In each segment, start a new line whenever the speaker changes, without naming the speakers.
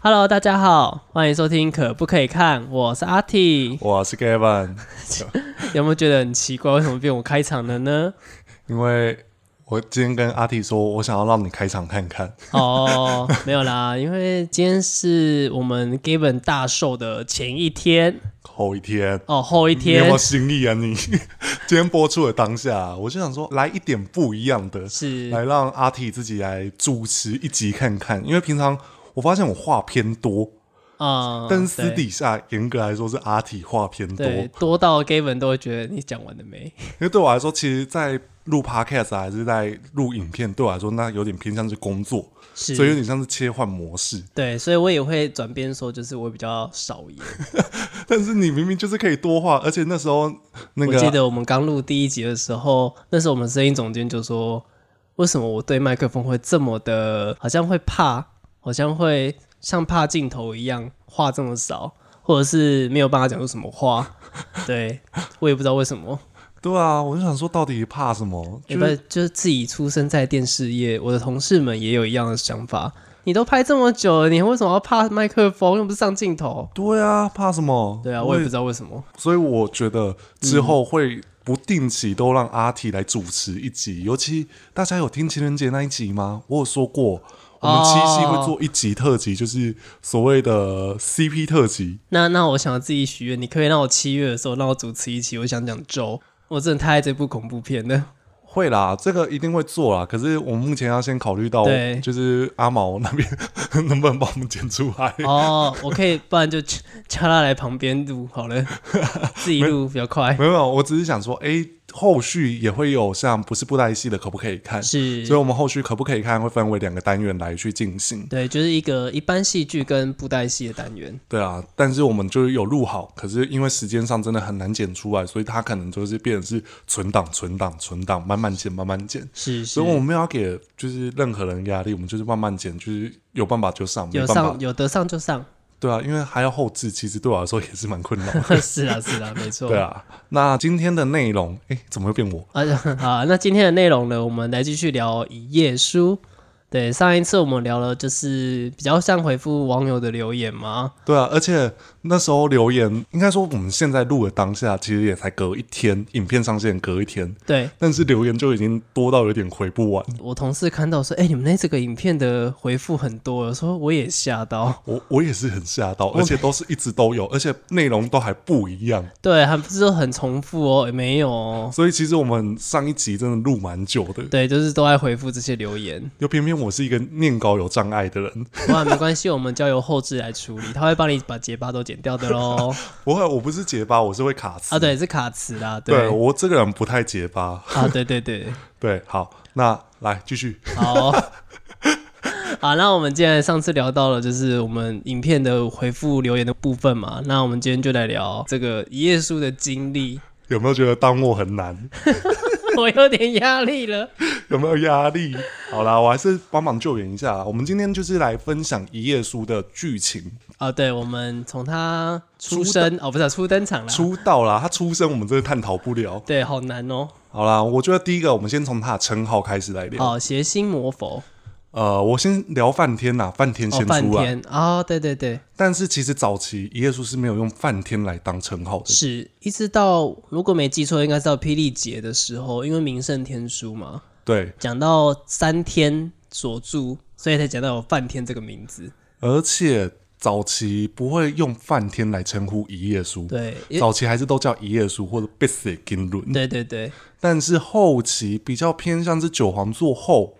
Hello，大家好，欢迎收听《可不可以看》，我是阿 T。
我是 Gavin，
有没有觉得很奇怪，为什么变我开场了呢？
因为我今天跟阿 T 说，我想要让你开场看看。
哦， 没有啦，因为今天是我们 Gavin 大寿的前一天
后一天，
哦，后一
你有没
天
有心意啊你？ 今天播出的当下，我就想说来一点不一样的，来
是
让阿 T 自己来主持一集看看。因为平常我发现我话偏多，
啊，
但是私
对
底下严格来说是阿 T 话偏多，
对多到 Gavin 都会觉得你讲完了没？
因为对我来说，其实，在录 podcast 啊还是在录影片，对我来说那有点偏向是工作，
是
所以有点像是切换模式。
对，所以我也会转变说，就是我比较少言。
但是你明明就是可以多话，而且那时候那
我记
个
得我们刚录第一集的时候，那时候我们声音总监就说：“为什么我对麦克风会这么的，好像会怕，好像会像怕镜头一样，话这么少，或者是没有办法讲出什么 话？”对我也不知道为什么，
对啊，我就想说到底怕什么？
也
就
哎不
是
就是自己出生在电视业，我的同事们也有一样的想法。你都拍这么久了，你为什么要怕麦克风？又不是上镜头。
对啊，怕什么？
对啊，我
我
也不知道为什么。
所以我觉得之后会不定期都让阿 T 来主持一集，尤其大家有听情人节那一集吗？我有说过。我们七夕会做一集特辑，就是所谓的 CP 特辑。
那那我想自己许愿，你可以让我七月的时候让我主持一期，我想讲周，我真的太爱这部恐怖片 了。
会啦，这个一定会做啦。可是我们目前要先考虑到
对，
就是阿毛那边 能不能帮我们剪出来。
哦，我可以，不然就叫叫他来旁边录好 了，自己录比较快。
没有没有，我只是想说，哎，后续也会有像不是布袋戏的，可不可以看？
是
所以，我们后续可不可以看会分为两个单元来去进行。
对，就是一个一般戏剧跟布袋戏的单元。
对啊，但是我们就是有录好，可是因为时间上真的很难剪出来，所以它可能就是变成是存档、存档、存档，慢慢剪、慢慢剪。
是是
所以，我们没有要给就是任何人压力，我们就是慢慢剪，就是有办法就上，没
有
办法
上有得上就上，
对啊，因为还要后置，其实对我来说也是蛮困 扰的。
是啊是啊，没错。
对啊，那今天的内容，哎，怎么会变我？
啊啊，那今天的内容呢，我们来继续聊一页书。对，上一次我们聊了就是比较像回复网友的留言嘛，
对啊，而且那时候留言，应该说我们现在录的当下，其实也才隔一天，影片上线隔一天，
对，
但是留言就已经多到有点回不完。
我同事看到说：“哎、你们那这个影片的回复很多。”我说：“我也吓到。
我我也是很吓到，而且都是一直都有，而且内容都还不一样，”
对，还不是说很重复哦，也没有哦。
所以其实我们上一集真的录蛮久的。
对，就是都在回复这些留言。
又偏偏我是一个念稿有障碍的人，
哇，没关系，我们交由后置来处理，他会帮你把结巴都剪掉的 喽。
我我不是结巴，我是会卡词。
啊，对，是卡词啦，
对，
对，
我这个人不太结巴。
啊，对对对，
对，好，那来继续。
好。哦 好，那我们既然上次聊到了就是我们影片的回复留言的部分嘛，那我们今天就来聊这个一页书的经历，
有没有觉得当我很难？
我有点压力了。
有没有压力？好啦，我还是帮忙救援一下啦。我们今天就是来分享《一页书》的剧情。
啊，对，我们从他出
出
生哦，不是啊初登场啦，
出道啦，他出生我们真的探讨不了。
对，好难哦。
好啦，我觉得第一个，我们先从他的称号开始来聊。
哦，邪心魔佛
呃，我先聊梵天啦，梵天
哦
先，
梵
出来。
天啊、哦，对对对，
但是其实早期《一页书》是没有用梵天来当称号的。
是一直到如果没记错，应该是到霹雳节的时候，因为名胜天书嘛，
对，
讲到三天所住，所以才讲到有梵天这个名字。
而且早期不会用梵天来称呼《一页书》，
对，因为
早期还是都叫《一页书》或者《Basic 金轮》。
对对对，
但是后期比较偏向是九皇座后，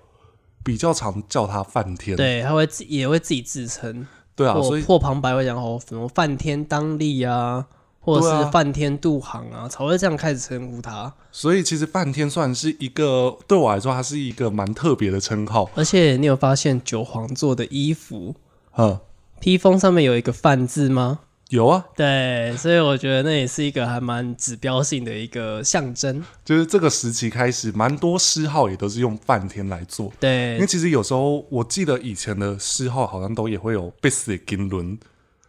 比较常叫他梵天。
对，他会自也会自己自称，
对啊，所
或
以
或旁白会讲哦，什么梵天当立啊，或
对
者
啊
是梵天渡航啊，才会这样开始称呼他。
所以其实梵天算是一个对我来说，它是一个蛮特别的称号。
而且你有发现九皇座的衣服
嗯，
披风上面有一个“梵”字吗？
有啊，
对，所以我觉得那也是一个还蛮指标性的一个象征。
就是这个时期开始，蛮多诗号也都是用梵天来做。因为
对
其实有时候我记得以前的诗号好像都也会有 basic 金轮，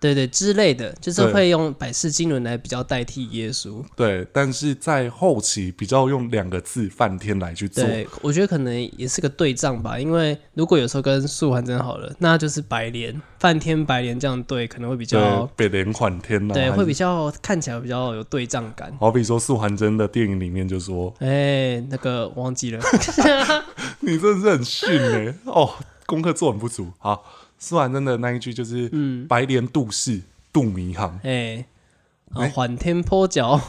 对对之类的，就是
对
会用百事经纶来比较代替耶稣。
对，但是在后期比较用两个字“梵天”来去做，
对，我觉得可能也是个对仗吧，因为如果有时候跟素还真好了，那就是白莲、梵天、白莲这样对，可能会比较
对，北连款天呐、
对，
还
会
是
比较看起来比较有对仗感。
好比说素还真的电影里面就说
哎、那个忘记了，
你真的是很逊哎、哦，功课做很不足。好，素还真的那一句就是
嗯
“白莲度士度迷航，
哎、然后缓天坡脚，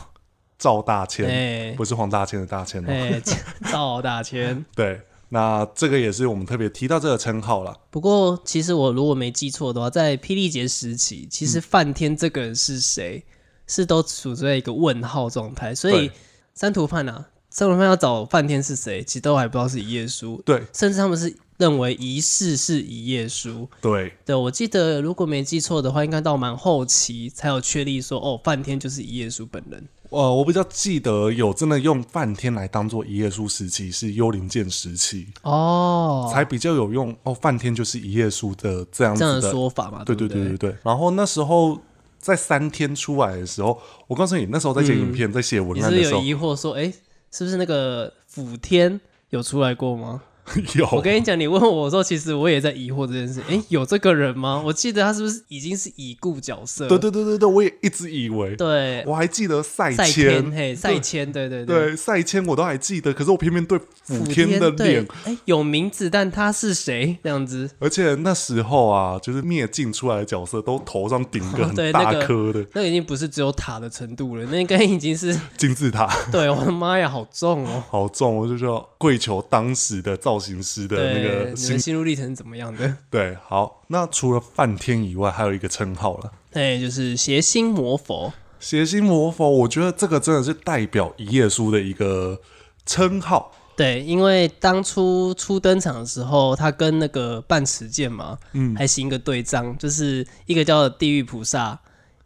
赵大千”，
哎
不是黄大千的大千哦。
哎， 赵大千。
对，那这个也是我们特别提到这个称号了。
不过，其实我如果没记错的话，在霹雳节时期，其实梵天这个人是谁，是都处在一个问号状态。所以
对，
三途判啊，三途判要找梵天是谁，其实都还不知道是耶稣，
对
甚至他们是认为疑似是疑耶稣。
对
对，我记得如果没记错的话，应该到蛮后期才有确立说，哦，梵天就是疑耶稣本人。
呃，我比较记得有真的用梵天来当做一页书时期，是幽灵剑时期，
哦，
才比较有用哦。梵天就是一页书的这样
这样的
子的，
说法嘛，
对
对
对
不
对对对。然后那时候在三天出来的时候，我告诉你，那时候在剪影片、在写文
嗯你是
案
不是
的时
有
候，
疑惑说，哎、是不是那个辅天有出来过吗？
有
我跟你讲，你问我的时候，其实我也在疑惑这件 事。哎、有这个人吗？我记得他是不是已经是已故角色？
对对对对对，我也一直以为，
对，
我还记得赛
赛天
谦，
嘿，赛谦，对对对，
对赛谦我都还记得，可是我偏偏对
辅
辅天的
对
脸，
哎、有名字，但他是谁？这样子，
而且那时候啊，就是灭尽出来的角色都头上顶个
对
很
那
大
个
颗的
那已经不是只有塔的程度了，那应该已经 是，
金字塔，
对，我的妈呀，好重哦。
好重！我就说跪求当时的造型师的
对，
那个
你们
心。
心路历程是怎么样的？
对，好，那除了梵天以外，还有一个称号了，
哎，就是邪心魔佛，
邪心魔佛。我觉得这个真的是代表一页书的一个称号。
对，因为当初初登场的时候，他跟那个半尺剑嘛，嗯，还行一个对仗，就是一个叫地狱菩萨，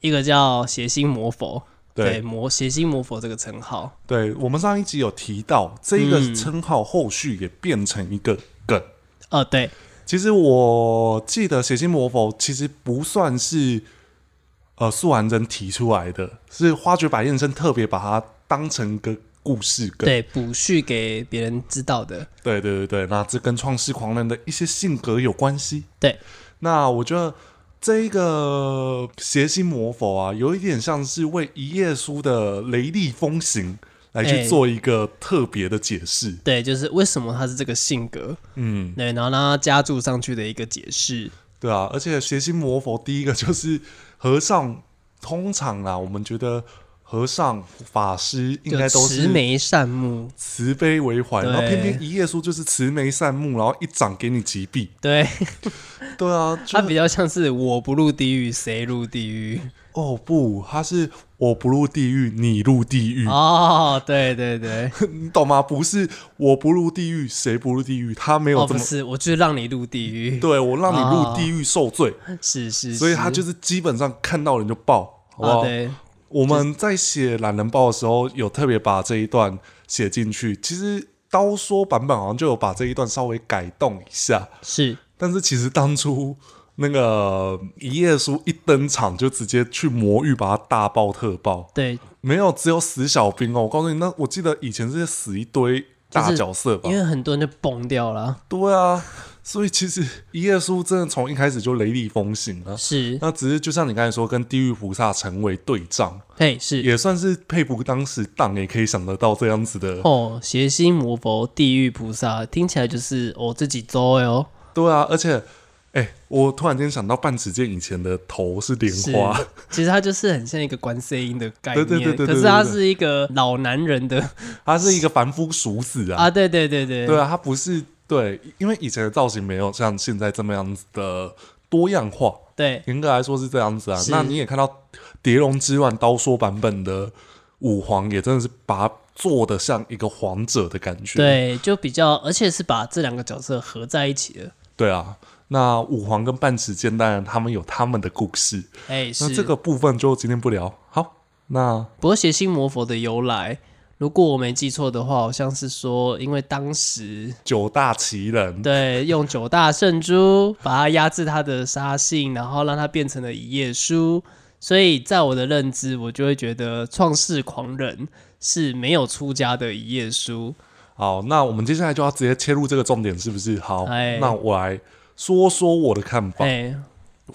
一个叫邪心魔佛，
对
魔邪心魔佛这个称号，
对我们上一集有提到，这一个称号后续也变成一个梗。
哦，对，
其实我记得血腥魔佛其实不算是呃素还真提出来的，是花卷百验生特别把它当成一个故事梗。
对，补续给别人知道的，
对对对对，那这跟创世狂人的一些性格有关系。
对，
那我觉得这一个邪心魔佛啊，有一点像是为一页书的雷厉风行来
哎
去做一个特别的解释。
对，就是为什么他是这个性格，
嗯，
对，然后让他加注上去的一个解释，
对啊，而且邪心魔佛第一个就是和尚，通常啊，我们觉得和尚、法师应
就
该都
慈
是
眉善目，
慈悲为怀，
对
然后偏偏一页书就是慈眉善目，然后一掌给你击毙。
对，
对啊，就
他比较像是我不入地狱，谁入地狱？
哦不，他是我不入地狱，你入地狱，
哦，对对对。
你懂吗？不是我不入地狱，谁不入地狱？他没有
哦，
这
不
么。
是，我就是让你入地狱。
对，我让你
哦
入地狱受罪，
是是，
所以他
是
就是基本上看到人就爆，好不
啊，
好？
对，
我们在写懒人包的时候，有特别把这一段写进去。其实刀说版本好像就有把这一段稍微改动一下，
是
但是其实当初那个一页书一登场就直接去魔域把它大爆特爆，
对，
没有只有死小兵哦。我告诉你，那我记得以前是死一堆大角色吧
因？为很多人就崩掉了，
对啊，所以其实一页书真的从一开始就雷厉风行了。
是，
那只是就像你刚才说，跟地狱菩萨成为对仗。
嘿，是
也算是佩服当时党也可以想得到这样子的，
哦，邪心魔佛、地狱菩萨，听起来就是我、哦、自己做哟、哦，
对啊，而且，哎、我突然间想到半尺剑以前的头是莲
是
花，，
其实它就是很像一个观世音的概
对
念，
对对对
可是
对对
它
对
是一个老男人的
他是一个凡夫俗子啊，
啊，对对对对，
对啊，他不是对，因为以前的造型没有像现在这么样子的多样化，
对
严格来说是这样子啊。
是
那你也看到《蝶龙之乱》刀说版本的武皇也真的是把它做的像一个皇者的感觉，
对，就比较，而且是把这两个角色合在一起的，
对啊。那武皇跟半尺剑当然他们有他们的故事，
哎，是
那这个部分就今天不聊。好，那
不过邪心魔佛的由来，如果我没记错的话，好像是说，因为当时
九大奇人，
对用九大圣珠把它压制它的杀性，然后让它变成了一页书，所以在我的认知，我就会觉得创世狂人是没有出家的一页书。
好，那我们接下来就要直接切入这个重点，是不是？好，
哎
那我来说说我的看法。
哎，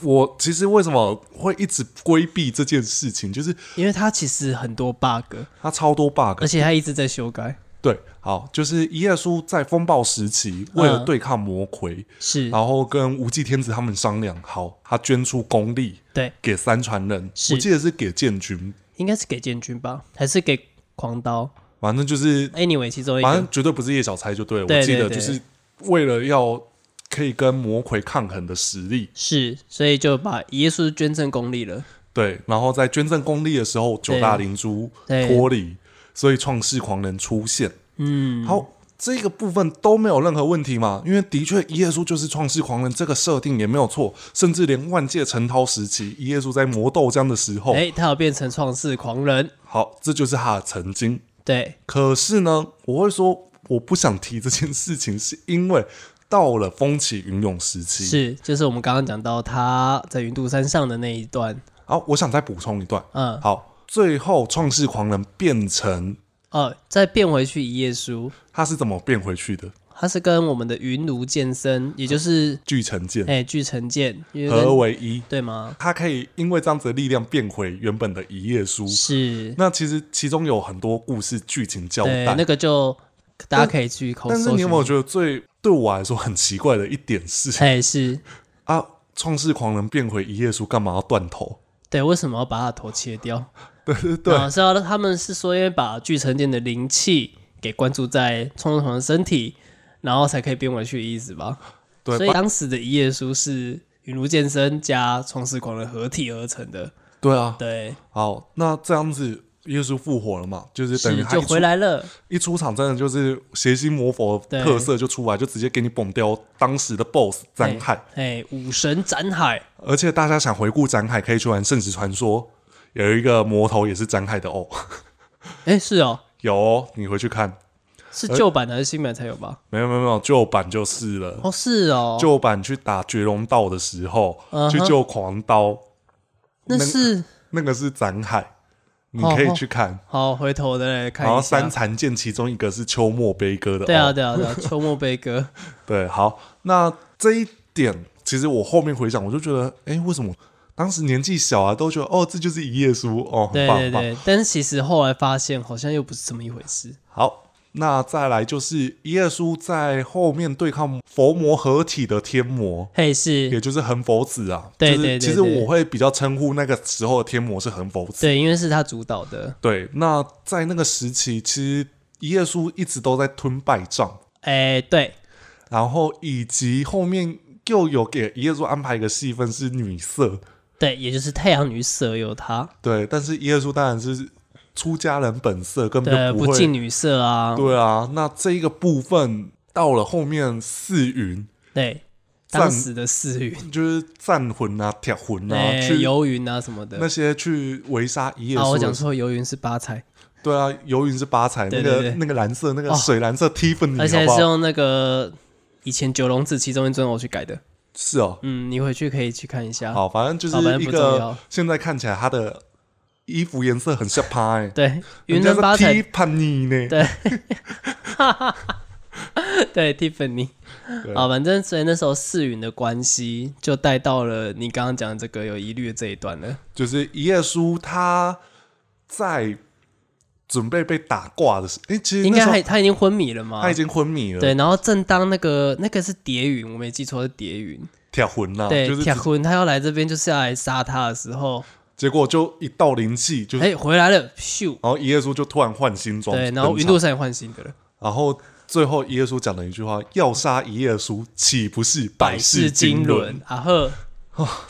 我其实为什么会一直规避这件事情，就是
因为它其实很多 bug，
它超多 bug
而。且它一直在修改。
对，好，就是一页书在风暴时期，为了
嗯
对抗魔魁，
是，
然后跟无忌天子他们商量，好，他捐出功力
对，
给三传人，
是
我记得是给建军，
应该是给建军吧，还是给狂刀
反正就是
？Anyway，其中一
反正
个，
绝对不是叶小钗就对了。
对
我记
对
得
对
就是为了要可以跟魔魁抗衡的实力，
是，所以就把耶稣捐赠功力了。
对，然后在捐赠功力的时候，九大灵珠
对
脱离，所以创世狂人出现。
嗯，
好，这个部分都没有任何问题嘛？因为的确，一页书就是创世狂人这个设定也没有错，甚至连万界陈涛时期，一页书在磨豆浆的时候，
哎、他有变成创世狂人，
好，这就是他的曾经。
对，
可是呢，我会说我不想提这件事情，是因为到了风起云涌时期，
是，就是我们刚刚讲到他在云度山上的那一段，
好，我想再补充一段。
嗯，
好，最后创世狂人变成
哦，再变回去一页书，
他是怎么变回去的？
他是跟我们的云奴剑身，也就是
巨城剑
哎巨城剑，因为跟
合为一，
对吗？
他可以因为这样子的力量变回原本的一页书。
是，
那其实其中有很多故事剧情交
对，
代，
那个就大家可以去口
但是
搜
你
寻
有没有觉得最对我来说很奇怪的一点是
哎，是
啊，创世狂人变回一页书干嘛要断头？
对，为什么要把他的头切掉？
对对对，
啊，是要他们是说，因为把巨城剑的灵气给灌注在冲撞的身体，然后才可以变回去的意思吧？
对啊
所以当时的一页书是云如剑身加创世狂人合体而成的。
对啊，
对，
好，那这样子。耶稣复活了嘛？就是等于
是
他一
就
出
回来了。
一出场，真的就是邪心魔佛
对
的特色就出来，就直接给你崩掉当时的 BOSS 斩海。
哎，武神斩海，
而且大家想回顾展海，可以去玩《圣石传说》，有一个魔头也是展海的哦，
哎，是哦，
有哦，你回去看，
是
呃
旧版的还是新版才有吧？
没有没有没有，旧版就是了。
哦，是哦，
旧版去打绝龙道的时候
嗯哼
去救狂刀，
那是
那个是展海，你
哦
可以
哦
去看。
好回头的来看
然后
一
三
下。
残剑其中一个是秋末悲歌的、哦，
对啊，对啊，对啊，秋末悲 歌，
对，好，那这一点其实我后面回想，我就觉得，哎，为什么当时年纪小啊，都觉得哦，这就是一页书哦，很
对
棒
对
很棒。
对，但是其实后来发现好像又不是这么一回事。
好，那再来就是一页书在后面对抗佛魔合体的天魔。
嘿，是
也就是横佛子啊，
对
就是
对对
其实
对
我会比较称呼那个时候的天魔是横佛子。
对，因为是他主导的。
对，那在那个时期，其实一页书一直都在吞败仗，
哎、对，
然后以及后面又有给一页书安排一个戏份是女色，
对，也就是太阳女舍有他，
对，但是一页书当然是出家人本色，根本
对，
就不
不
会。
近女色啊，
对啊，那这一个部分到了后面四云
对，
战
当时的四 云，
就是战魂啊、铁魂啊，
哎、
去
游云啊什么的
那。些去围杀一页
啊，
书
我
的
讲
时候。
错，游云是八彩，
对啊，游云是八彩，
对
那
对
个
对
那个蓝色那个
哦
水蓝色 Tiffany，、
而且还是
好不好？
用那个以前九龙子其中一尊偶去改的。
是哦，
嗯，你回去可以去看一下。
好，反正就
嗯好反
是
正
一
不重
个
要
现在看起来它的衣服颜色很像趴哎，
对，云
人家
南
是
八彩，
Tiffany 呢，
对 对，Tiffany。
对
啊，反正所以那时候四云的关系，就带到了你刚刚讲的这个有疑虑的这一段了。
就是一页书他在准备被打挂的时候，哎、其实
应
那
该
时候
还他已经昏迷了吗？
他已经昏迷了，
对，然后正当那个那个是蝶云，我没记错是蝶云，
跳魂了、
对
就，是
铁魂他要来这边就是要来杀他的时候，
结果就一道灵气，就是、
哎、回来了，咻，
然后一页书就突然换新装，
对，然后
登
云
场
度山也换新的了，
然后最后一页书讲了一句话：“要杀一页书，岂不是百
世
惊
惊人？”啊呵，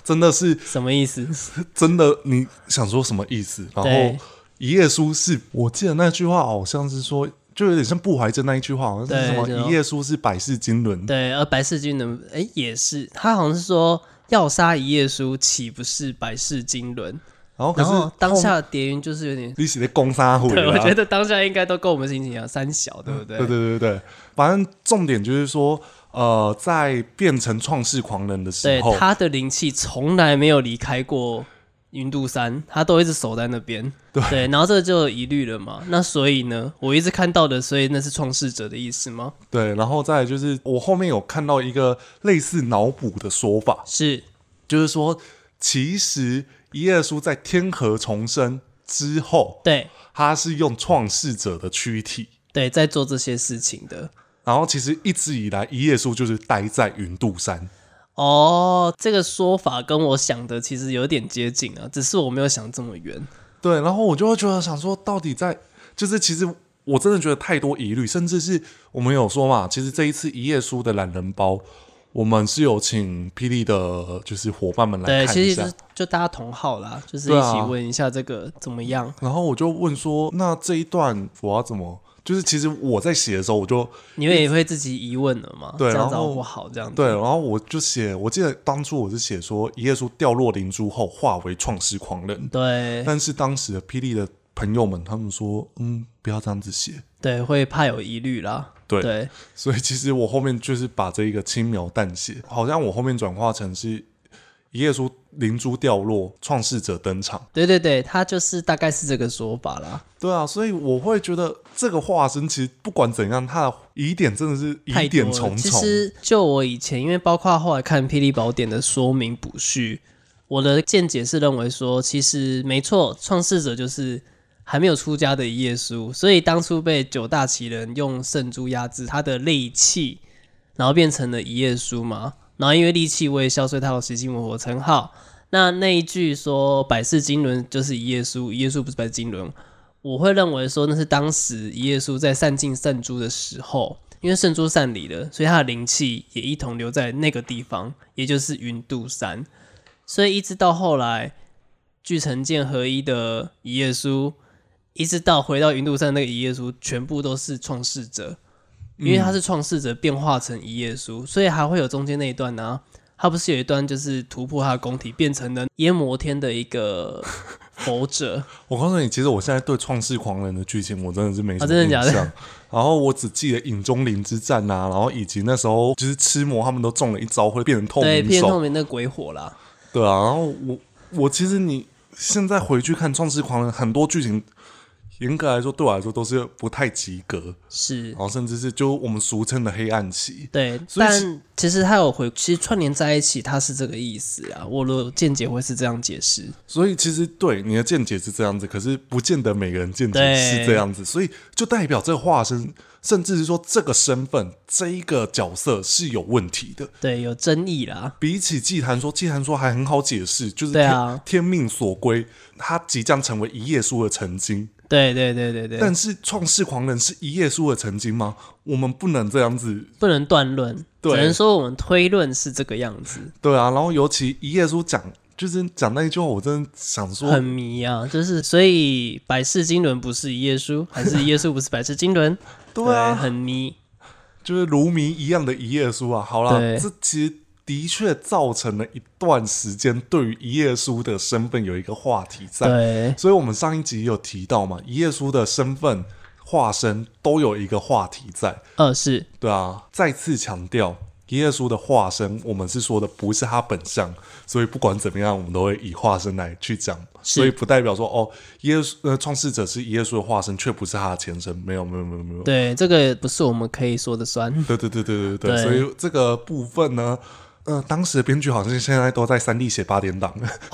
真的是
什么意 思？
真的，你想说什么意思？然
对
后一页书是我记得那句话好像是说，就有点像布怀真那一句话，好像是
对
什么
就
一页书是百世惊人，
对，而白世惊人，哎、哦也是，他好像是说要杀一页书，岂不是百世惊人？
然然后可
然
是
后当
后
下的叠云就是有点，
你写的攻杀回
对
了，
我觉得当下应该都跟我们心情一样，三小对不对？
对对对对，反正重点就是说，呃，在变成创世狂人的时
对
候，
他的灵气从来没有离开过云度山，他都一直守在那边。对然后这就有疑虑了嘛。那所以呢，我一直看到的，所以那是创世者的意思吗？
对，然后再来就是我后面有看到一个类似脑补的说法，
是
就是说，其实耶稣在天河重生之后，
对
他是用创世者的躯体，
对，在做这些事情的。
然后其实一直以来，耶稣就是待在云度山。
哦，这个说法跟我想的其实有点接近啊，只是我没有想这么远。
对，然后我就会觉得想说，到底在就是其实我真的觉得太多疑虑，甚至是我们有说嘛，其实这一次一页书的懒人包，我们是有请霹雳的，就是伙伴们来
对，
看一
其实
下。
就是就大家同好啦，就是
对
一
啊
起问一下这个怎么样。
然后我就问说，那这一段我要怎么？就是其实我在写的时候，我就
你们也会自己疑问了嘛？
对
这样子
然
好
后
不好？这样子
对，然后我就写，我记得当初我是写说，一页书掉落灵珠后化为创世狂人，
对
但是当时的霹雳的朋友们他们说，嗯，不要这样子写，
对，会怕有疑虑啦。
对
对
所以其实我后面就是把这一个轻描淡写，好像我后面转化成是一页书灵珠掉落，创世者登场。
对对对，他就是大概是这个说法啦。
对啊，所以我会觉得这个化身其实不管怎样，它的疑点真的是
太
疑
多
点
了
重
其
重。
实就我以前，因为包括后来看《霹雳宝典》的说明补序，我的见解是认为说，其实没错，创世者就是还没有出家的耶稣，所以当初被九大奇人用圣珠压制他的戾气，然后变成了一页书嘛。然后因为戾气未消，所以他有习性我火称号。那那一句说百世经纶就是一页书，一页书不是百世经纶，我会认为说那是当时一页书在散尽圣珠的时候，因为圣珠散离了，所以它的灵气也一同留在那个地方，也就是云度山。所以一直到后来聚成剑合一的一页书，一直到回到云度山那个一页书，全部都是创世者，因为它是创世者变化成一页书，所以还会有中间那一段呢、它不是有一段就是突破它的宫体，变成了炎魔天的一个 佛者，
我告诉你，其实我现在对《创世狂人》的剧情我真的是没什
啊
么
真的
印
假
象，
的
然后我只记得影中林之战啊，然后以及那时候就是吃魔他们都中了一招会变成透
对，
明
片
手，
透明那个鬼火啦，
对啊，然后我我其实你现在回去看《创世狂人》，很多剧情严格来说对我来说都是不太及格，
是
然，后甚至是就我们俗称的黑暗期。
对。
所以其
但其实它有回，其实串联在一起，它是这个意思啊。我的见解会是这样解释，
所以其实对你的见解是这样子，可是不见得每个人见解
对
是这样子，所以就代表这个化身，甚至是说这个身份、这一个角色是有问题的。
对，有争议啦。
比起祭坛说，祭坛说还很好解释，就是
对
天,、
啊
天命所归，他即将成为一页书的曾经。
对对对对对，
但是《创世狂人》是一页书的曾经吗？我们不能这样子，
不能断论，只
对
能说我们推论是这个样子，
对啊。然后尤其一页书讲，就是讲那一句话，我真的想说
很，迷啊。就是所以百世经纶不是耶稣，还是耶稣不是百世经纶？
对啊
很迷。
就是如谜一样的一页书啊。好啦，
对
这其实的确造成了一段时间对于一页书的身份有一个话题在。
对
所以我们上一集也有提到嘛，一页书的身份、化身都有一个话题在。
二是
对啊，再次强调，耶稣的化身，我们是说的不是他本相，所以不管怎么样，我们都会以化身来去讲，
是
所以不代表说哦，耶稣呃创世者是耶稣的化身，却不是他的前身，没有没有没有没有，
对这个不是我们可以说的算。
对对对对对对，
对
所以这个部分呢。呃，当时的编剧好像现在都在三 D 写八点档，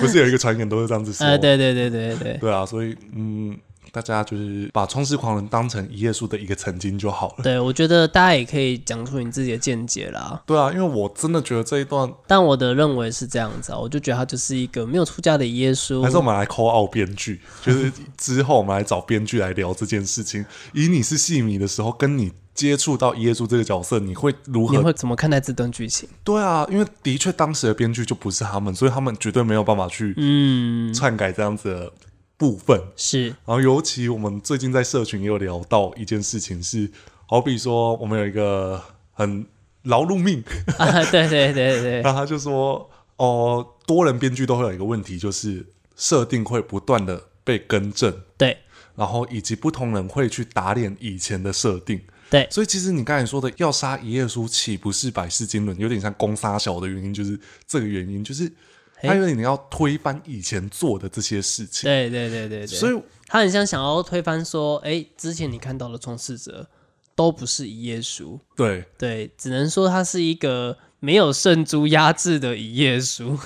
不是有一个传言都是这样子说，
呃，哦对对对对对
对啊，所以嗯，大家就是把《创世狂人》当成一页书的一个曾经就好了。
对，我觉得大家也可以讲出你自己的见解啦。
对啊，因为我真的觉得这一段
但我的认为是这样子啊，我就觉得他就是一个没有出家的耶稣
还。是我们来 call out 编剧，就是之后我们来找编剧来聊这件事情。以你是戏迷的时候，跟你接触到耶稣这个角色，你会如
你
何？
会怎么看待这段剧情？
对啊，因为的确当时的编剧就不是他们，所以他们绝对没有办法去
嗯，
篡改这样子的部分。
是
然后，尤其我们最近在社群也有聊到一件事情是，好比说我们有一个很劳碌命，
啊，对对对对，
然后他就说：“哦，哦、多人编剧都会有一个问题，就是设定会不断的被更正，
对
然后以及不同人会去打脸以前的设定。
对
所以其实你刚才说的要杀一页书，岂不是百世经纶？有点像攻杀小的原因，就是这个原因，就是他有点要推翻以前做的这些事情。
对对对对对，
所以
他很像想要推翻说，哎、之前你看到的创世者都不是一页书，
对，
对，只能说它是一个没有圣珠压制的一页书、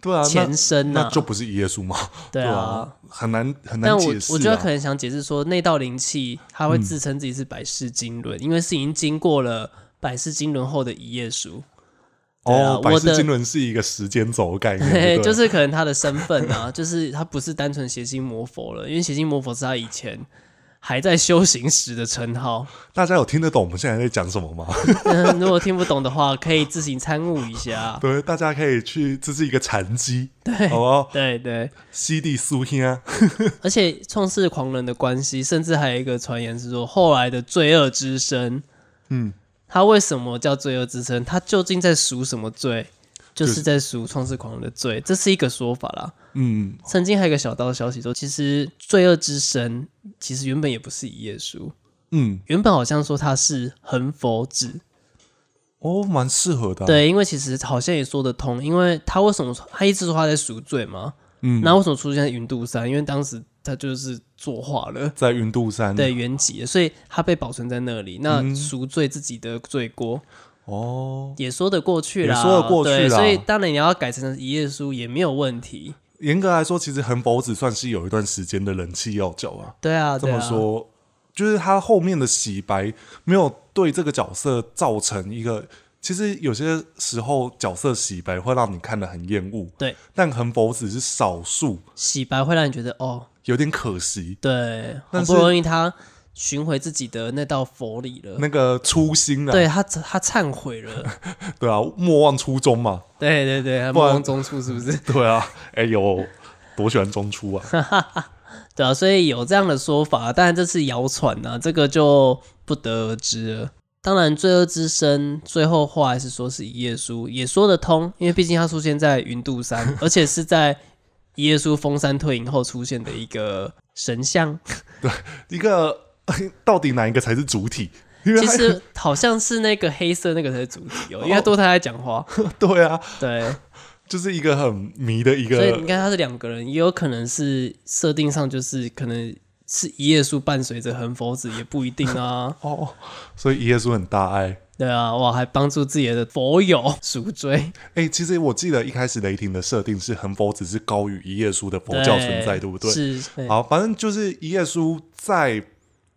对啊，那
前身呐、
那就不是一页书嘛，
对啊。
啊，很难很难
但我
解释、啊。嗯
我觉得可能想解释说，那道灵气它会自称自己是百世经纶，因为是已经经过了百世经纶后的一页书，对啊
哦，百
我
世
的
经纶是一个时间轴的概 念， 对
嘿
不对
就是可能他的身份啊，就是他不是单纯邪心魔佛了，因为邪心魔佛是他以前还在修行时的称号。
大家有听得懂我们现在在讲什么吗？
嗯如果听不懂的话，可以自行参悟一下。
对，大家可以去，这是一个禅机，对，好不好？
对对，
西地苏兄啊，
而且创世狂人的关系，甚至还有一个传言是说，后来的罪恶之身，
嗯，
他为什么叫罪恶之身？他究竟在赎什么罪？就
就是
是在赎创世狂人的罪，这是一个说法啦。
嗯，
曾经还有一个小道消息说，其实罪恶之神其实原本也不是一页书，
嗯，
原本好像说它是横佛指，
哦，蛮适合的、，
对，因为其实好像也说得通，因为他为什么他一直说他在赎罪嘛，
嗯，
那为什么出现在云度山？因为当时他就是作画了。
在云度山，
对，原籍了，所以他被保存在那里。
嗯
那赎罪自己的罪过、
哦，
也说得过去啦，
也说得过去
对
啦
所以当然你要改成一页书也没有问题。
严格来说，其实横佛子算是有一段时间的人气要角啊。
对啊，
这
对
么
啊
说，就是他后面的洗白没有对这个角色造成一个。其实有些时候角色洗白会让你看得很厌恶，
对，
但横佛子是少数，
洗白会让你觉得哦，
有点可惜。
对，好
但
不
是
容易他寻回自己的那道佛理了，
那个初心啊，
对他他忏悔了，
对啊，莫忘初衷嘛，
对对对，他
不
莫
然
忘中处是不是？
对啊，哎呦，多喜欢中初 啊，
对啊，所以有这样的说法，当然这是谣传呐，这个就不得而知了。当然，罪恶之身最后话还是说是一页书，也说得通，因为毕竟它出现在云度山，而且是在一页书封山退隐后出现的一个神像。
一个 到底哪一个才是主体？因为
其
他
实好像是那个黑色那个才是主体哦，因为多太爱讲话。
对啊，
对，
就是一个很迷的一
所以你
个，。
看，他是两个人，也有可能是设定上就是可能是一页书伴随着横佛子，也不一定啊
哦，所以耶稣很大爱。
对啊，哇，还帮助自己的佛 友赎罪，
哎、其实我记得一开始雷霆的设定是横佛只是高于一页书的佛教存在，对不对？
是，对
好，反正就是一页书在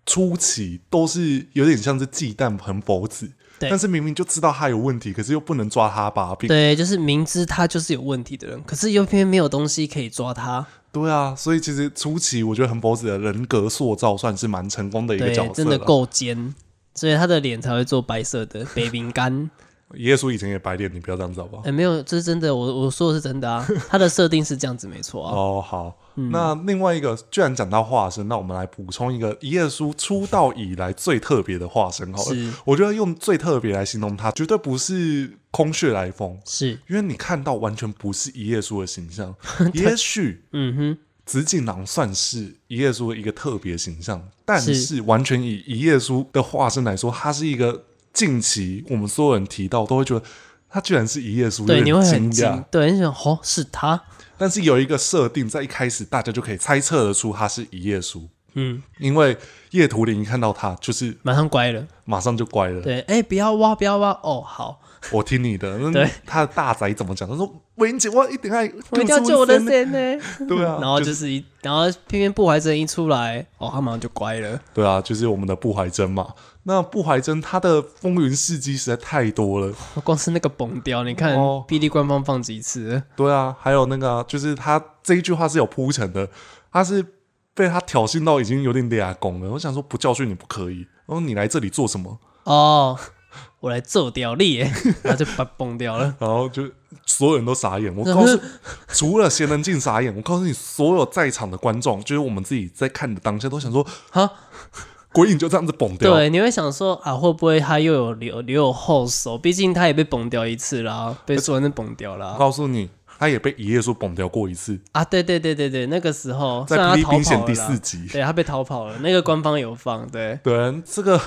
初期都是有点像是忌惮横佛子，
对
但是明明就知道他有问题，可是又不能抓他把柄。
对，就是明知他就是有问题的人，可是又偏偏没有东西可以抓他。
对啊，所以其实初期我觉得横佛子的人格塑造算是蛮成功的一个
对
角色，了。
真的够尖，所以他的脸才会做白色 的北饼干。
耶稣以前也白脸，你不要这样子好不好？
哎、没有，这是真的，我我说的是真的啊。他的设定是这样子，没错啊。
哦，好，那另外一个，既然讲到化身，那我们来补充一个一页书出道以来最特别的化身好了
是。
我觉得用最特别来形容它，绝对不是空穴来风，
是，
因为你看到完全不是一页书的 形象。也许
嗯哼，
紫锦囊算是一页书的一个特别形象，但
是
是完全以一页书的化身来说，它是一个近期我们所有人提到都会觉得。它居然是一页书，
对，
有
你
点
会很
惊讶
惊，。对，你想，哦，是他，
但是有一个设定，在一开始大家就可以猜测得出它是一页书，
嗯，
因为叶图灵一看到它，就是
马上乖了。
马上就乖了。
对，哎、不要挖，不要挖，哦，好，
我听你的，那
对
他的大仔怎么讲？他说：“维英姐，我一定爱，
我一定要救我的
生。
神呢。”
对啊，
然后
就
就是是一，然后偏偏不怀真一出来，哦，他马上就乖了。
对啊，就是我们的布怀真嘛。那布怀真他的风云事迹实在太多了，
哦光是那个崩掉，你看
哦
哔哩官方放几次了？
对啊，还有那个啊、就是他这一句话是有铺陈的，他是被他挑衅到已经有点俩拱了。我想说，不教训你不可以，然后你来这里做什么？
哦，我来揍掉你 耶，然后就把它崩掉了。
然后就所有人都傻眼。我告诉，除了贤能静傻眼，我告诉你，所有在场的观众，就是我们自己在看的当下，都想说，
哈，
鬼影就这样子崩掉。
对，你哦会想说啊，会不会他又有留留有后手？毕竟他也被崩掉一次啦，被说那崩掉
我
啦。
告诉你，他也被一页书崩掉过一次，
啊，对对对对对，那个时候虽
在
然
霹雳
他逃
兵
跑
险
了
第
啦
四集。
对他被逃跑了，那个官方有放，对，
对，这个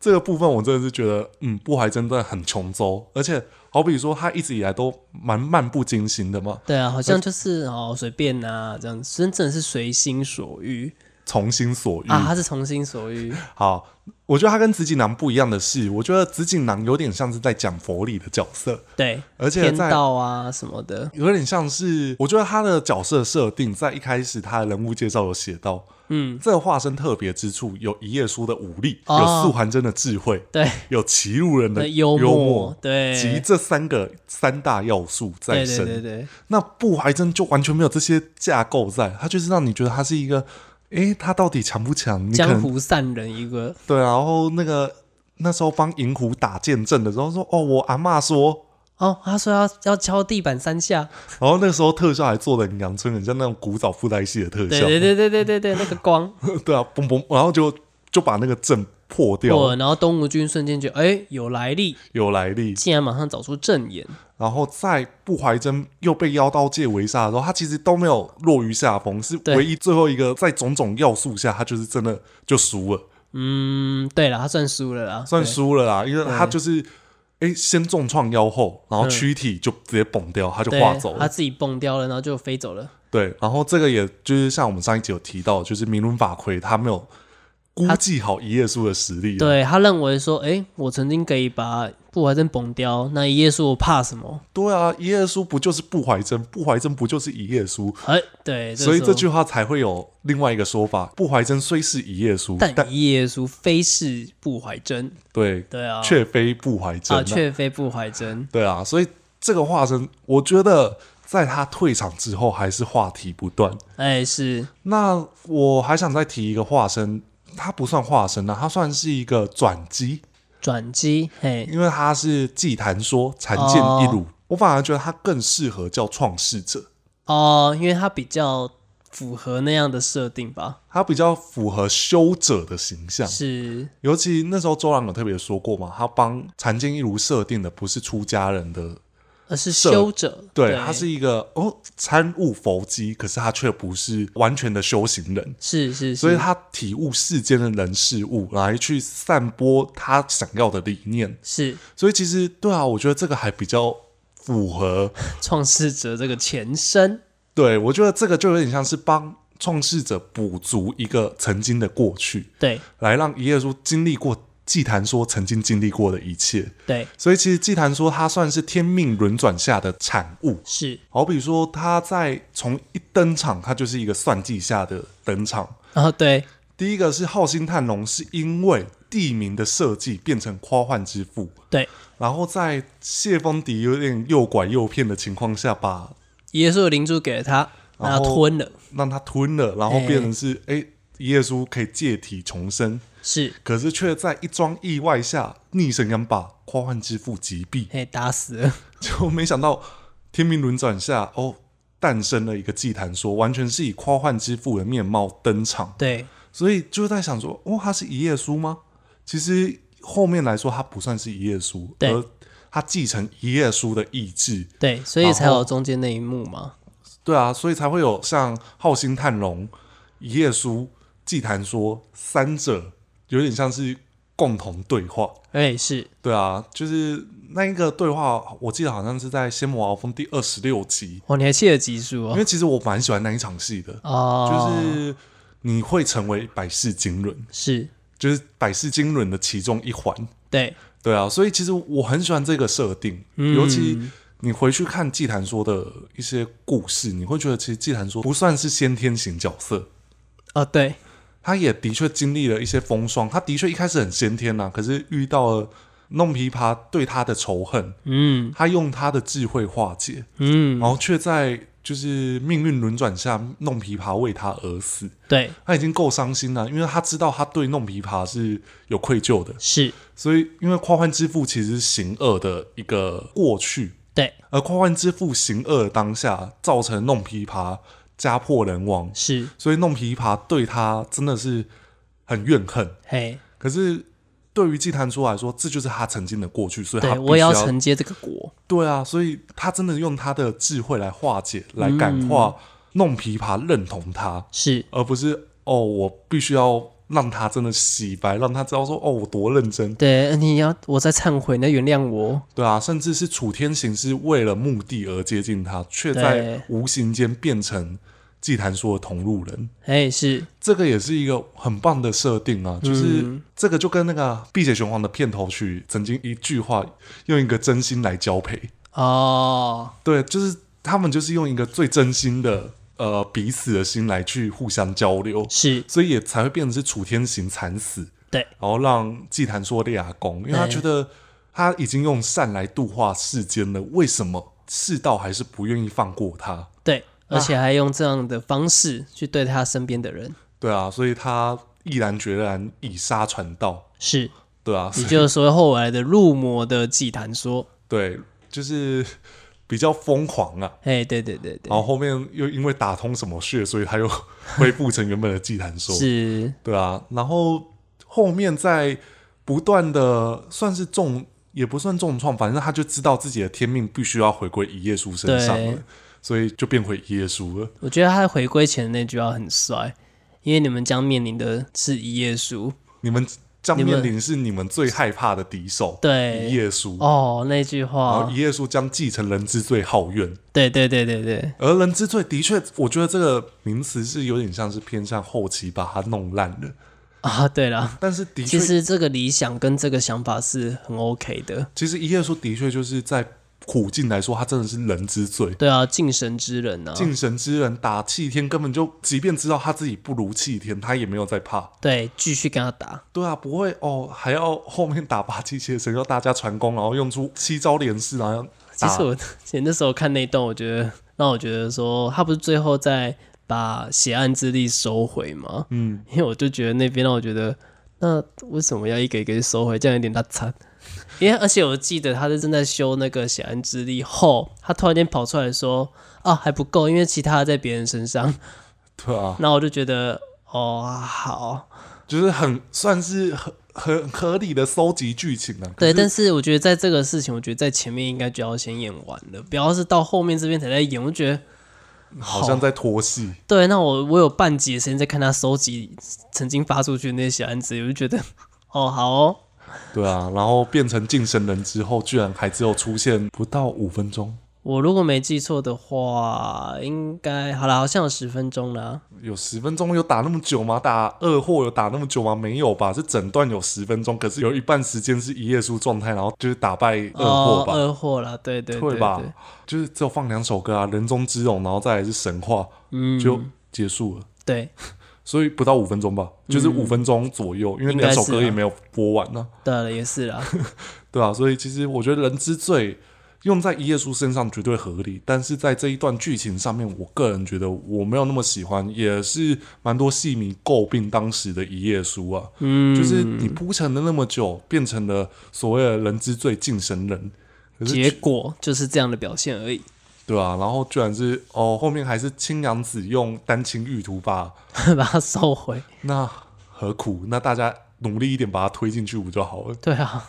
这个部分我真的是觉得，嗯，不还真的很穷周，而且好比说他一直以来都蛮漫不经心的嘛，
对啊，好像就是哦随便呐、这样，真正是随心所欲
从心所欲。
啊，他是从心所 欲，
好，我觉得他跟紫锦囊不一样的是，我觉得紫锦囊有点像是在讲佛理的角色，
对，
而且
天
在
道啊什么的，
有点像是，我觉得他的角色设定在一开始他的人物介绍有写到，嗯，这个化身特别之处有一页书的武力，
哦
有素还真的智慧，
对，
有歧路人的
那幽默
默，
对
集这三个三大要素在
对
身。
对对对，
那布还真就完全没有这些架构在，他就是让你觉得他是一个，诶，他到底强不强？你可
江
能
湖散人一个，
对啊，然后那个那时候帮银狐打剑阵的时候说，哦，我阿嬷说，
哦，他说要要敲地板三下，
然后那个时候特效还做的很阳春，很像那种古早布袋戏的特
对
效，
对对对对对对，那个 光
对啊，嘣嘣，然后就就把那个阵破掉，
破了，然后东吴军瞬间觉得哎有来历，
有来历。
竟然马上找出正眼，
然后在布怀真又被妖刀界围杀的时候，他其实都没有落于下风，是
对
唯一最后一个在种种要素下，他就是真的就输了。
嗯，对了，他算输了啦，
算
对嗯
输了啦，因为他就是哎、诶先重创妖后，然后躯体就直接崩掉，他就
对
化走
他
了。
自己蹦掉了，然后就飞走了。
对，然后这个也就是像我们上一集有提到，就是明伦法魁他没有估计好一页书的实力。，
对他认为说，哎、我曾经可以把布怀真崩掉，那一页书我怕什么？
对啊，一页书不就是不怀真？不怀真不就是一页书？
哎、对，
所以
时
这
候
句话才会有另外一个说法：不怀真虽是一页书，但
但一页书非是布怀真，
对，
对啊，
却非不怀真、
啊，却非布怀真，
对啊，所以这个化身，我觉得在他退场之后，还是话题不断。
哎、是
那我还想再提一个化身，它不算化身啊，它算是一个转机，
转机，嘿，
因为它是祭坛说残剑一炉。我反而觉得它更适合叫创世者，
哦，因为他比较符合那样的设定吧，
它比较符合修者的形象。
是，
尤其那时候周郎有特别说过嘛，他帮残剑一炉设定的不是出家人的，
而呃是
设
修者，
对，
对，
他是一个哦参悟佛机，可是他却不是完全的修行人。
是是
所以
是
他体悟世间的人事物，来去散播他想要的理念。
是
所以其实对啊，我觉得这个还比较符合。
创世者这个前身，
对我觉得这个就有点像是帮创世者补足一个曾经的过去，
对
来让一页书经历过祭坛说曾经经历过的一切。
对
所以其实祭坛说它算是天命轮转下的产物。
是，
好比说，他在从一登场，他就是一个算计下的登场。
然后对
第一个是浩星探龙，是因为地名的设计变成夸幻之父，
对，
然后在谢风迪有点诱拐诱骗的情况下，把
一页书的灵珠给了他，那
然
他
后
吞了，
让他吞了，然后变成是哎，一页书可以借体重生，
是。
可是却在一桩意外下逆神阳把夸幻之父击毙，
嘿，打死了，
就没想到天命轮转下哦。诞生了一个祭坛说，完全是以夸幻之父的面貌登场。
对，
所以就在想说，哦，它是一页书吗？其实后面来说，它不算是一页书，
对
而它继承一页书的意志，
对，所以
然
才有
后
中间那一幕嘛。
对啊，所以才会有像浩星探龙、一页书、祭坛说三者有点像是共同对话。
哎，是
对啊，就是那一个对话，我记得好像是在《仙魔鳌峰》第二十六集，
哦，你还记得集数
因
哦？
为其实我蛮喜欢那一场戏的，就
哦，
是你会成为百世经纶，
是是，
就是百世经纶的其中一环。
对，
对啊，所以其实我很喜欢这个设定，尤其你回去看祭坛说的一些故事，你会觉得其实祭坛说不算是先天型角色，
哦，对，
他也的确经历了一些风霜，他的确一开始很先天呐、可是遇到了弄琵琶对他的仇恨，
嗯
他用他的智慧化解，
嗯，
然后却在就是命运轮转下，弄琵琶为他而死，
对，
他已经够伤心了，因为他知道他对弄琵琶是有愧疚的，
是，
所以，因为夸幻之父其实是行恶的一个过去，
对，
而夸幻之父行恶的当下，造成弄琵琶家破人亡，
是，
所以弄琵琶对他真的是很怨恨。
嘿，
可是对于祭坛叔来说，这就是他曾经的过去，所以他
对
必
我
须
也要
要
承接这个果。
对啊，所以他真的用他的智慧来化解、来感化
嗯
弄琵琶，认同他，
是，
而不是哦，我必须要让他真的洗白，让他知道说哦，我多认真。
对，呃你要我在忏悔，你要原谅我。
对啊，甚至是楚天行是为了目的而接近他，却在
对
无形间变成祭坛说的同路人。
哎，是
这个也是一个很棒的设定啊，就是
嗯
这个就跟那个《碧血雄黄》的片头曲曾经一句话用一个真心来交配，
哦，
对，就是他们就是用一个最真心的呃彼此的心来去互相交流，
是
所以也才会变成是楚天行惨死，
对，
然后让祭坛说的牙公，因为他
对
觉得他已经用善来度化世间了，为什么世道还是不愿意放过他？
对，而
啊
且还用这样的方式去对他身边的人。
对啊，所以他毅然决然以杀传道，
是，
对啊，
也
所以
就是说后来的入魔的祭坛说，
对，就是比较疯狂啊。
哎，对对对对
然，后后面又因为打通什么穴，所以他又恢复成原本的祭坛 说。
是，
对啊，然后后面在不断的算是重，也不算重创，反正他就知道自己的天命必须要回归一页书身上了
对，
所以就变回一页书了。
我觉得他回归前的那句话很帅，因为你们将面临的是一页书。
你们将
你们
面临是你们最害怕的敌手，
对
一页书，
哦，那句
然
话
后一，页书将继承人之最好怨。
对对对对对，
而人之最的确，我觉得这个名词是有点像是偏向后期把它弄烂了，
啊，对了，
但是的确
其实这个理想跟这个想法是很 OK 的，
其实一页书的确就是在苦境来说，它真的是人之最。
对啊，敬神之人啊，
敬神之人打气天，根本就即便知道他自己不如气天，他也没有在怕。
对，继续跟他打，
对啊，不会哦，还要后面打八七切神，要大家传功，然后用出七招连式，然后
其
打
实我 其实那时候看那一段，我觉得让我觉得说，他不是最后在把血案之力收回吗？
嗯，
因为我就觉得那边让我觉得，那为什么要一个一个去收回？这样有点大惨。因为而且我记得他是正在修那个血案之力后，他突然间跑出来说：“啊，还不够，因为其他的在别人身上。
对”啊，
那我就觉得，哦，好，
就是很算是很很合理的收集剧情啊。
对。
可
但是我觉得在这个事情，我觉得在前面应该就要先演完了，不要是到后面这边才在演，我就觉得。
是好像在拖戏。
对，那我我有半集的时间在看他收集曾经发出去的那些案子，我就觉得， 哦，好哦，
对啊，然后变成敬神人之后，居然还只有出现不到五分钟，
我如果没记错的话，应该好了，好像有十分钟了。
有十分钟有打那么久吗？打二货有打那么久吗？没有吧，这整段有十分钟，可是有一半时间是一页书状态，然后就是打败二货
哦，
吧，
二货了，对对对
对
对
吧？就是只有放两首歌啊，《人中之龙》，然后再来是《神话》，
嗯，
就结束了。
对
所以不到五分钟吧，
嗯
就是五分钟左右，因为
应该
两
是
首歌
啊
也没有播完呢、
对了，也是啦，
对啊，所以其实我觉得《人之罪》用在一页书身上绝对合理，但是在这一段剧情上面，我个人觉得我没有那么喜欢，也是蛮多戏迷诟病当时的一页书啊，
嗯，
就是你铺陈了那么久，变成了所谓的“人之罪，敬神人”，可是
结果就是这样的表现而已。
对啊，然后居然是哦，后面还是青阳子用丹青玉图吧，
把它收回，
那何苦？那大家努力一点把它推进去不就好了？
对啊，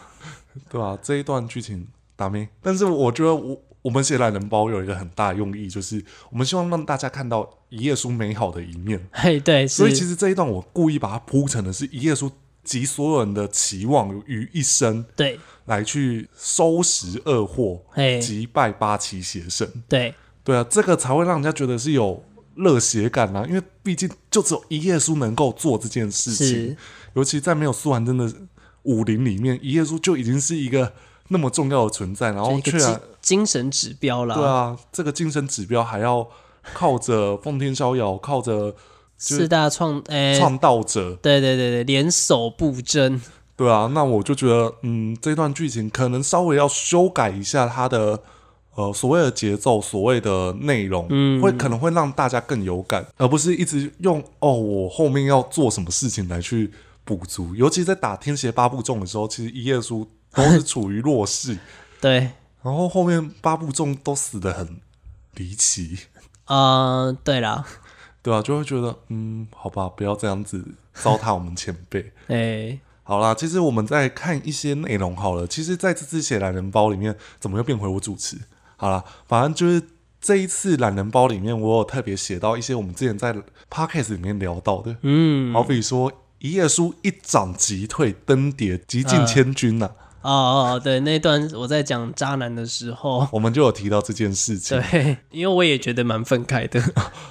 对啊，这一段剧情打咩？但是我觉得我我们写懒人包有一个很大的用意，就是我们希望让大家看到一页书美好的一面。
嘿，对，
所以其
实
实这一段我故意把它铺成的是一页书集所有人的期望于一身，
对，
来去收拾恶祸，
嘿，
击败八旗邪神。
对，
对啊，这个才会让人家觉得是有热血感啊，因为毕竟就只有一页书能够做这件事情
是。
尤其在没有苏完真的武林里面，一页书就已经是一个那么重要的存在，然
就
后
一个
居
精
然
精神指标啦，
哦啊对啊，这个晋升指标还要靠着奉天逍遥，靠着
四大创，哎、
创道者，
对对对对，联手布阵，
对啊，那我就觉得，嗯，这段剧情可能稍微要修改一下它的。呃，所谓的节奏，所谓的内容，
嗯
会可能会让大家更有感，而不是一直用哦，我后面要做什么事情来去补足。尤其在打天邪八部众的时候，其实一页书都是处于弱势，
对，
然后后面八部众都死得很离奇，
嗯，对啦，
对对啊，就会觉得嗯，好吧，不要这样子糟蹋我们前辈。
哎、
好啦，其实我们再看一些内容好了。其实在这次写懒人包里面，怎么又变回我主持？好啦，反正就是这一次懒人包里面，我有特别写到一些我们之前在 podcast 里面聊到的，
嗯，
好比说一页书一掌即退，登迭极尽千军呐、
哦哦，哦对，那段我在讲渣男的时 候，
我们就有提到这件事情。
对，因为我也觉得蛮愤慨 的，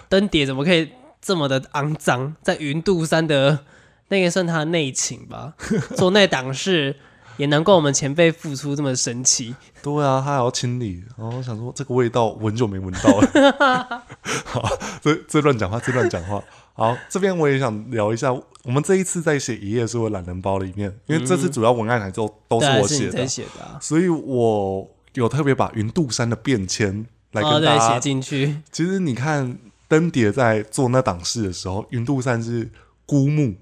灯蝶怎么可以这么的肮脏？在云度山的那个算他的内情 吧，做那档事也难怪我们前辈付出这么神奇。
对啊，他还要清理，然后我想说这个味道闻就没闻到了。 好，这这乱讲话，这乱讲话。好，这边我也想聊一下，我们这一次在写一页书的懒人包里面，因为这次主要文案还都都是
对啊，
我
是
写
你
的
在，写的、啊，
所以我有特别把云度山的变迁来
哦，
跟大
对，
家。
写进去，
其实你看灯蝶在做那档事的时候，云度山是孤木，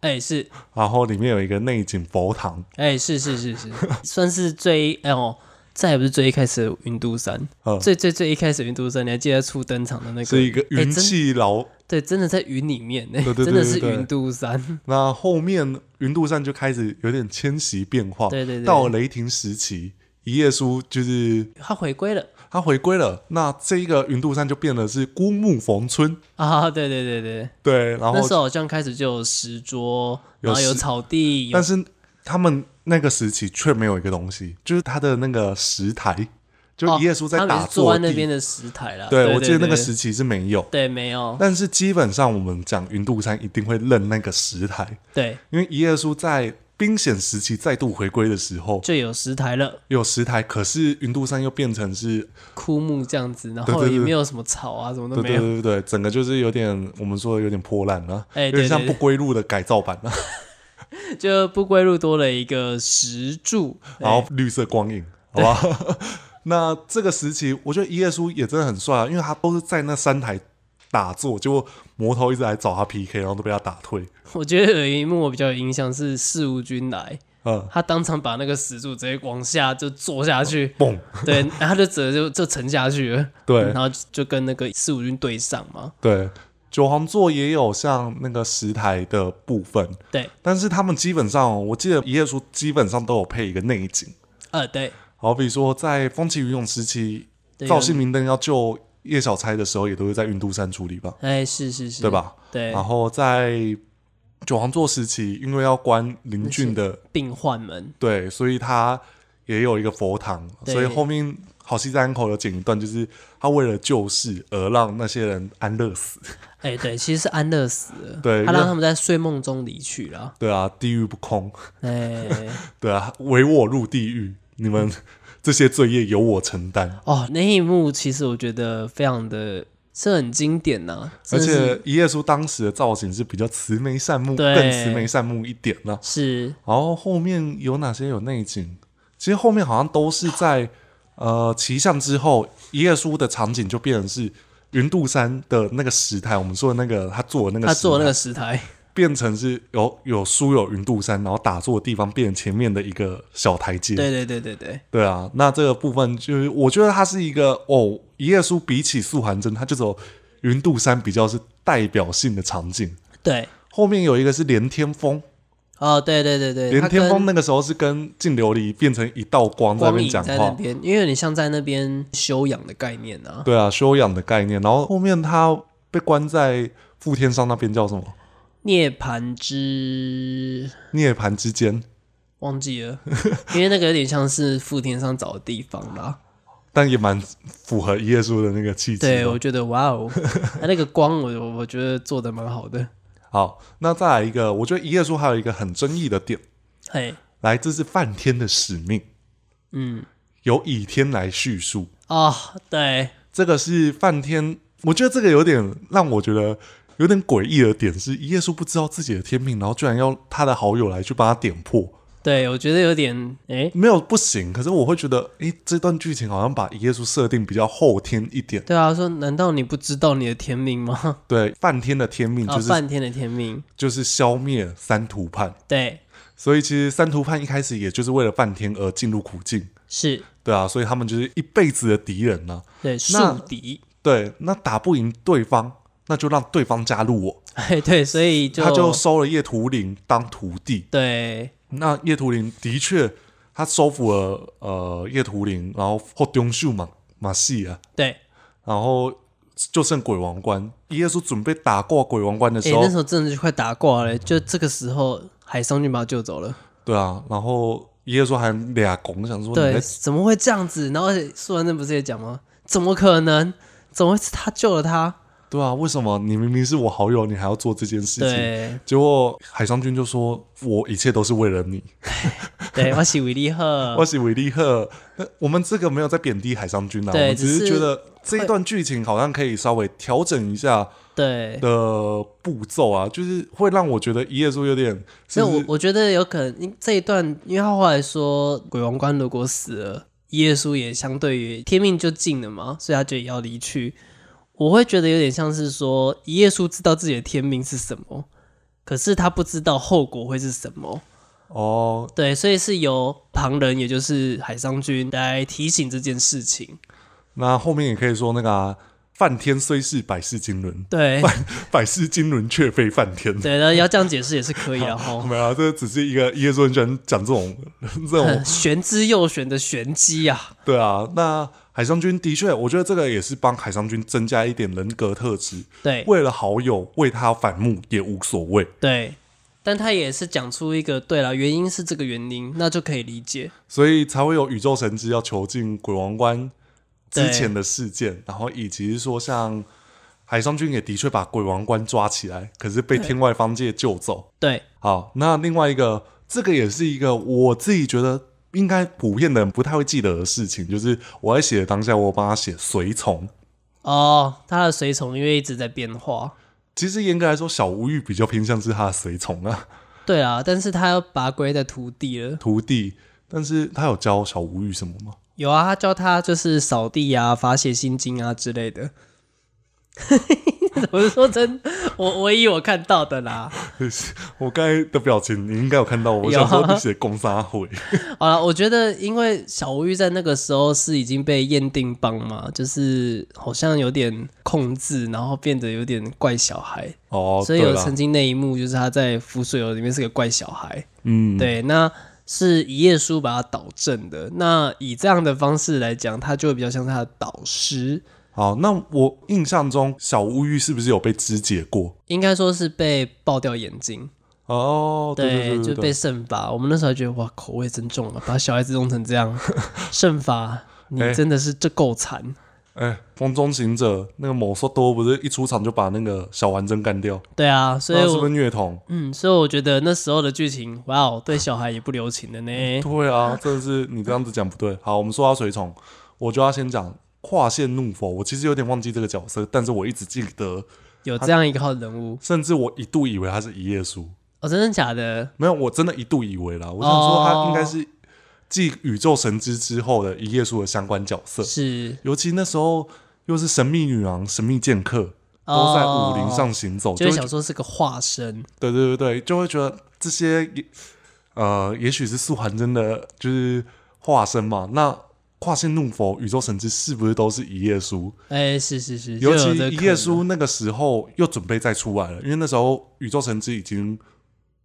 哎、是，
然后里面有一个内景佛堂，
哎、是是是 是，算是最哎哦。再也不是最一开始的云都山，
嗯
最最最一开始的云都山，你还记得初登场的那个？
是一个
哎
云
真
气牢
对，真的在云里面，哎
对对对
真的是
对对
云都山，
那后面云度山就开始有点迁徙变化，
对对对
到雷霆时期，一页书就是
它回归了
它回归了，那这一个云度山就变得是孤木逢春，
啊！对对对对，
对，然
那时
后
候好像开始就有石桌，
有
然后有
石
草地，有
但是他们那个时期却没有一个东西，就是它的那个石台，就
哦
一页书在
他们
打
是坐
坐
在
地，
那边的石台啦。
对
对
我记得那个
对
时期是没有，
对没有
但是基本上我们讲云度山一定会认那个石台，
对
因为一页书在冰险时期再度回归的时候，
就有石台了，
有石台，可是云度山又变成是，
枯木这样子，然
对
后
对对
也没有什么草啊，什么
对
都没
对
有。
对对，整个就是有点我们说的有点破烂了、
哎
有
对
点
对
像
对
不归路的改造版啊了、
就不归路多了一个石柱，
然后绿色光影，好 吧？那这个时期，我觉得一页书也真的很帅啊，因为他都是在那三台打坐，结果魔头一直来找他 PK，然后都被他打退。
我觉得有一幕我比较有印象是四无君来，
嗯，
他当场把那个石柱直接往下就坐下去，
嘣，
对，然后他就折就就沉下去了，
哦对
然后就就跟那个四无君对上嘛，
对，九皇座也有像那个石台的部分，
对，
但是他们基本上哦，我记得一页书基本上都有配一个内景。
呃，对，
好比说，在风起云涌时期，
对啊
赵信明灯要救叶小钗的时候，也都是在云都山处理吧，
哎，是是是，
对？吧？
对，
然后在九皇座时期，因为要关林俊的，
病患们，
对，所以他也有一个佛堂，
对
所以后面好戏在安口有剪一段，就是他为了救世而让那些人安乐死，
哎、对，其实是安乐死了，
对
他让
那
他们在睡梦中离去了，
对啊，地狱不空，
哎、
对啊，唯我入地狱，你们这些罪业由我承担。
哦，那一幕其实我觉得非常的是很经典呐、
而
真的
且一页书当时的造型是比较慈眉善目，
对
更慈眉善目一点呢、
是是
然后后面有哪些有内景？其实后面好像都是在呃骑象之后，一页书的场景就变成是云度山的那个石台，我们说的那个他做的那个
他
石台，
做那个石台，
变成是有有书有云度山，然后打坐的地方变成前面的一个小台阶。
对对对对对，
对啊，那这个部分就是我觉得它是一个哦，一页书比起素还真，它就走云度山比较是代表性的场景。
对，
后面有一个是连天峰，
哦，对对对对，
连
他
天峰
跟
那个时候是跟净琉璃变成一道光在那
光
边
影
讲
在那
话，
边，因为有点像在那边修养的概念啊，
对啊，修养的概念。然后后面他被关在傅天上那边叫什么？
涅槃之
涅槃之间，
忘记 了，因为那个有点像是傅天上找的地方啦。
但也蛮符合耶稣的那个气质
对，
的。
我觉得哇哦，他那个光我我我觉得做的蛮好的，
好，那再来一个，我觉得一页书还有一个很争议的点，
嘿，
来，这是梵天的使命，
嗯，
由倚天来叙述。
哦，对，
这个是梵天，我觉得这个有点让我觉得有点诡异的点是，一页书不知道自己的天命，然后居然要他的好友来去帮他点破。
对，我觉得有点，诶，
没有不行，可是我会觉得，诶，这段剧情好像把耶稣设定比较后天一点。
对啊，说难道你不知道你的天命吗？
对，梵天的天命
啊，
就是、
半天的天命，
就是消灭三途叛，
对，
所以其实三途叛一开始也就是为了梵天而进入苦境，
是，
对啊，所以他们就是一辈子的敌人呢、啊
对，
那
树敌，
对，那打不赢对方，那就让对方加入我。
嘿，对，所以就
他就收了叶图灵当徒弟。
对
那叶图灵的确，他收服了呃叶图灵，然后后丢秀嘛马戏啊，
对，
然后就剩鬼王关。耶稣准备打过鬼王关的
哎、
时候，
那时候真的就快打挂了，就这个时候海松就把他救走了。
对啊，然后耶稣还俩拱，想说你
对，
在
怎么会这样子？然后而且苏文正不是也讲吗？怎么可能？怎么会是他救了他？
对啊，为什么你明明是我好友，你还要做这件事情？
对
结果海上君就说：“我一切都是为了你，
对，我是维利赫
我。是维利赫。”那我们这个没有在贬低海上君啊，我
对
们只
只
是
是
觉得这一段剧情好像可以稍微调整一下
对，
的步骤啊，就是会让我觉得一页书有点是
那
不
我
是
我觉得有可能因这一段，因为他后来说鬼王关如果死了，耶稣也相对于天命就尽了嘛，所以他就也要离去。我会觉得有点像是说，耶稣知道自己的天命是什么，可是他不知道后果会是什么。
哦，
对，所以是由旁人，也就是海商君来提醒这件事情。
那后面也可以说那个、啊。梵天虽是百世经纶，
对
百世经纶却非梵天。
对，那要这样解释也是可以的哈。
没有、啊，这只是一个耶稣很喜欢讲这种 这 种
玄之又玄的玄机啊，
对啊，那海上君的确，我觉得这个也是帮海上君增加一点人格特质。
对
为了好友，为他反目也无所谓。
对，但他也是讲出一个对了，原因是这个原因，那就可以理解。
所以才会有宇宙神之要囚禁鬼王关之前的事件，然后以及是说像海上君也的确把鬼王关抓起来，可是被天外方界救走。
对
好，那另外一个，这个也是一个我自己觉得应该普遍的人不太会记得的事情，就是我在写的当下，我帮他写随从。
哦，他的随从因为一直在变化，
其实严格来说，小吴玉比较偏向是他的随从啊，
对啊，但是他要把他归在徒弟了。
徒弟。但是他有教小吴玉什么吗？
有啊，他教他就是扫地啊、法写心经啊之类的。 我是说真，我唯一我看到的啦。
我刚才的表情你应该有看到，我
有
想
啊
说你写攻杀会，
好了，我觉得因为小吴玉在那个时候是已经被验定帮嘛，就是好像有点控制，然后变得有点怪小孩，
哦，
所以
对
有
啦
曾经那一幕就是他在浮水游里面是个怪小孩，
嗯，
对，那是一页书把他导正的。那以这样的方式来讲，他就会比较像是他的导师，
好，那我印象中小吴玉是不是有被肢解过？
应该说是被爆掉眼睛，
哦，对对
就被圣罚。我们那时候还觉得哇，口味真重啊，把小孩子弄成这样， 圣罚你
哎
真的是这够惨。
哎，风中行者那个某兽多不是一出场就把那个小完整干掉，
对啊，所以
那是
我
不是虐童？
嗯，所以我觉得那时候的剧情，哇哦，对小孩也不留情的呢。
对啊，真的是你这样子讲不对。好，我们说到水桶，我就要先讲跨线怒佛。我其实有点忘记这个角色，但是我一直记得，
有这样一个好人物
甚至我一度以为他是一页书，
哦，真的假的？
没有，我真的一度以为啦。我想说他
哦
应该是继宇宙神之之后的一页书的相关角色，
是
尤其那时候又是神秘女王、神秘剑客。
哦
都在武林上行走，
就
就会
是想说是个化身，
对对对对，就会觉得这些也呃，也许是素还真的就是化身嘛。那跨线怒佛、宇宙神之是不是都是一页书？
哎，是是是，就
尤
有
其
这
一
可
页
能
书那个时候又准备再出来了，因为那时候宇宙神之已经